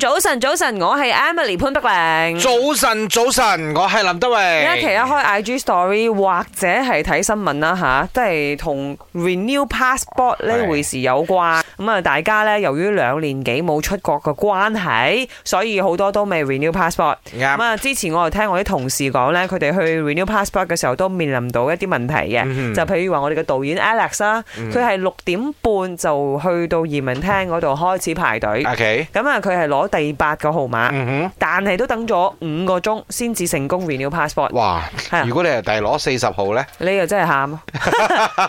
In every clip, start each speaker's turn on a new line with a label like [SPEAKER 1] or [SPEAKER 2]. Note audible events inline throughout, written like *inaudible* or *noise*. [SPEAKER 1] 早晨，早晨，我係 Emily 潘碧玲。
[SPEAKER 2] 早晨，早晨，我係林德
[SPEAKER 1] Dạ. 而家其
[SPEAKER 2] 榮。
[SPEAKER 1] 實開 IG Story 或者係睇新聞啦吓，都係同 renew passport 呢
[SPEAKER 2] 係
[SPEAKER 1] 回事有關。咁啊，大家咧由於兩年幾冇出國嘅關係，所以好多都未 renew passport。咁
[SPEAKER 2] 啱，
[SPEAKER 1] 啊，之前我又聽我啲同事講咧，佢哋去 renew passport 嘅時候都面臨到一啲問題嘅。
[SPEAKER 2] 嗯
[SPEAKER 1] 就
[SPEAKER 2] 哼
[SPEAKER 1] 譬如話我哋嘅導演 Alex 啦，佢係六點半就去到移民廳嗰度開始排隊，
[SPEAKER 2] ，OK，
[SPEAKER 1] 咁啊佢係攞第八個號碼，
[SPEAKER 2] 嗯
[SPEAKER 1] 但係都等咗五個鐘先至成功 renew
[SPEAKER 2] 哼，
[SPEAKER 1] passport，
[SPEAKER 2] 哇！
[SPEAKER 1] 係啊
[SPEAKER 2] 如果你係第攞四十號咧，
[SPEAKER 1] 你又真係喊，啊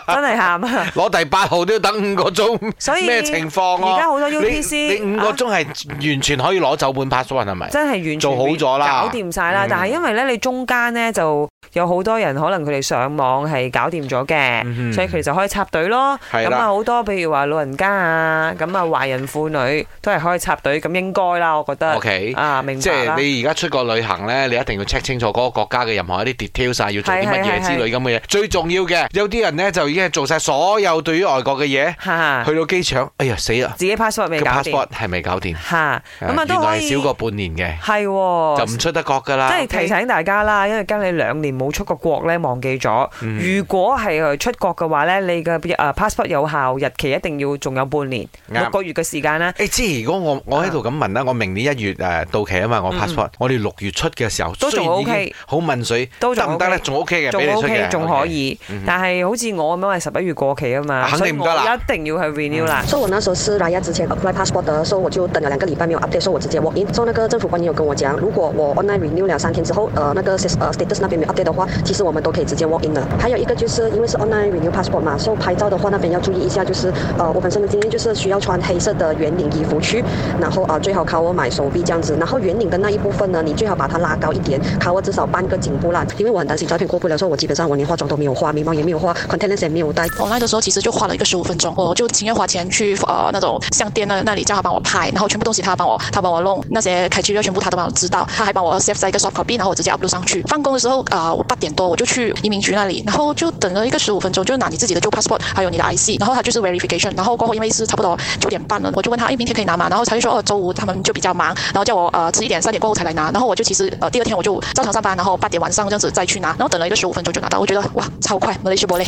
[SPEAKER 2] *laughs*
[SPEAKER 1] 真係喊啊！
[SPEAKER 2] 攞第八號都要等五個鐘，
[SPEAKER 1] 所以
[SPEAKER 2] 咩情況啊？
[SPEAKER 1] 而家好多
[SPEAKER 2] 你
[SPEAKER 1] UTC
[SPEAKER 2] 你五個鐘係完全可以攞走本 passport 係咪？
[SPEAKER 1] 啊真係完全
[SPEAKER 2] 做好咗啦
[SPEAKER 1] 搞掂晒啦。
[SPEAKER 2] 嗯
[SPEAKER 1] 但係因為咧，你中間咧就有好多人可能佢哋上網係搞掂咗嘅，
[SPEAKER 2] 嗯哼
[SPEAKER 1] 所以佢哋就可以插隊咯。
[SPEAKER 2] 係
[SPEAKER 1] 咁啊，
[SPEAKER 2] 啦，
[SPEAKER 1] 好多譬如話老人家啊，咁啊華人婦女都係可以插隊，咁應該啦，我覺得。
[SPEAKER 2] OK
[SPEAKER 1] 啊，明
[SPEAKER 2] 即
[SPEAKER 1] 白啦
[SPEAKER 2] 係。你而家出國旅行咧，你一定要 check 清楚嗰個國家嘅任何一啲 details 啊，要做啲乜
[SPEAKER 1] 係係
[SPEAKER 2] 嘢
[SPEAKER 1] 係
[SPEAKER 2] 之類咁嘅嘢。最重要嘅，有啲人咧就已經係做晒所有對於外國嘅嘢，
[SPEAKER 1] 嚇
[SPEAKER 2] 去到機場，哎呀死啦，
[SPEAKER 1] 自己 passport 未
[SPEAKER 2] 個
[SPEAKER 1] 搞掂
[SPEAKER 2] passport 係未搞掂，
[SPEAKER 1] 嚇，咁啊
[SPEAKER 2] 呃原
[SPEAKER 1] 都可
[SPEAKER 2] 來
[SPEAKER 1] 以
[SPEAKER 2] 係少過半年嘅。
[SPEAKER 1] 係喎
[SPEAKER 2] 就唔出得國噶啦。
[SPEAKER 1] 即係提醒大家啦，因為跟你兩年冇出過國咧，忘記咗。如果係出國嘅話咧，你嘅啊 passport 有效日期一定要仲有半年
[SPEAKER 2] 啱
[SPEAKER 1] 六個月嘅時間啦。
[SPEAKER 2] 誒，即係如果我我喺度咁問啦，我明年一月誒到期啊嘛，我 passport，我哋六月出嘅時候
[SPEAKER 1] 嗯都仲
[SPEAKER 2] 雖然已經
[SPEAKER 1] OK
[SPEAKER 2] 好問水，
[SPEAKER 1] 都仲
[SPEAKER 2] 得唔得
[SPEAKER 1] OK
[SPEAKER 2] 咧？仲 OK 嘅，
[SPEAKER 1] 仲
[SPEAKER 2] 俾你出
[SPEAKER 1] OK，
[SPEAKER 2] 嘅，
[SPEAKER 1] 仲可。以，但係好似我咁樣係十一月過期啊嘛，
[SPEAKER 2] 肯
[SPEAKER 1] 所以
[SPEAKER 2] 定唔得啦
[SPEAKER 1] 我一定要去 renew 啦。
[SPEAKER 3] 所以我那时候是 Raya 之前 apply passport 的，所以我就等了两个礼拜没有 update，所以我直接 walk in。之后那个政府官员有跟我讲，如果我 online renew 了三天之后，呃，那个 sis- 呃 status 那边没有 update 的话，其实我们都可以直接 walk in 的。还有一个就是因为是 online renew passport 嘛，所以拍照的话那边要注意一下，就是呃我本身的经验就是需要穿黑色的圆领衣服去，然后呃最好 cover 买手臂这样子，然后圆领的那一部分呢，你最好把它拉高一点，cover 至少半个颈部啦，因为我很担心照片过不了，所以我基本上我连化妆都没有化，眉毛也没有画，contact lens 也没有戴。
[SPEAKER 4] online 的时候其实就花了一个十五分钟，我就情愿花钱去呃那种相店那那里叫他帮我拍，然后全部东西他帮我他帮我弄，那些开区要全部他都帮我知道，他还帮我 save 在一个 soft copy，然后我直接 upload 上去。放工的时候啊，我八点多我就去移民局那里，然后就等了一个十五分钟，就拿你自己的旧 passport 还有你的 IC，然后他就是 verification，然后过后因为是差不多九点半了，我就问他哎明天可以拿吗？然后他就说哦周五他们就比较忙，然后叫我呃迟一点三点过后才来拿，然后我就其实呃第二天我就照常上班，然后八点晚上这样子再去拿，然后等了一个十五分钟就拿到，我觉得哇超快，马来西亚不累。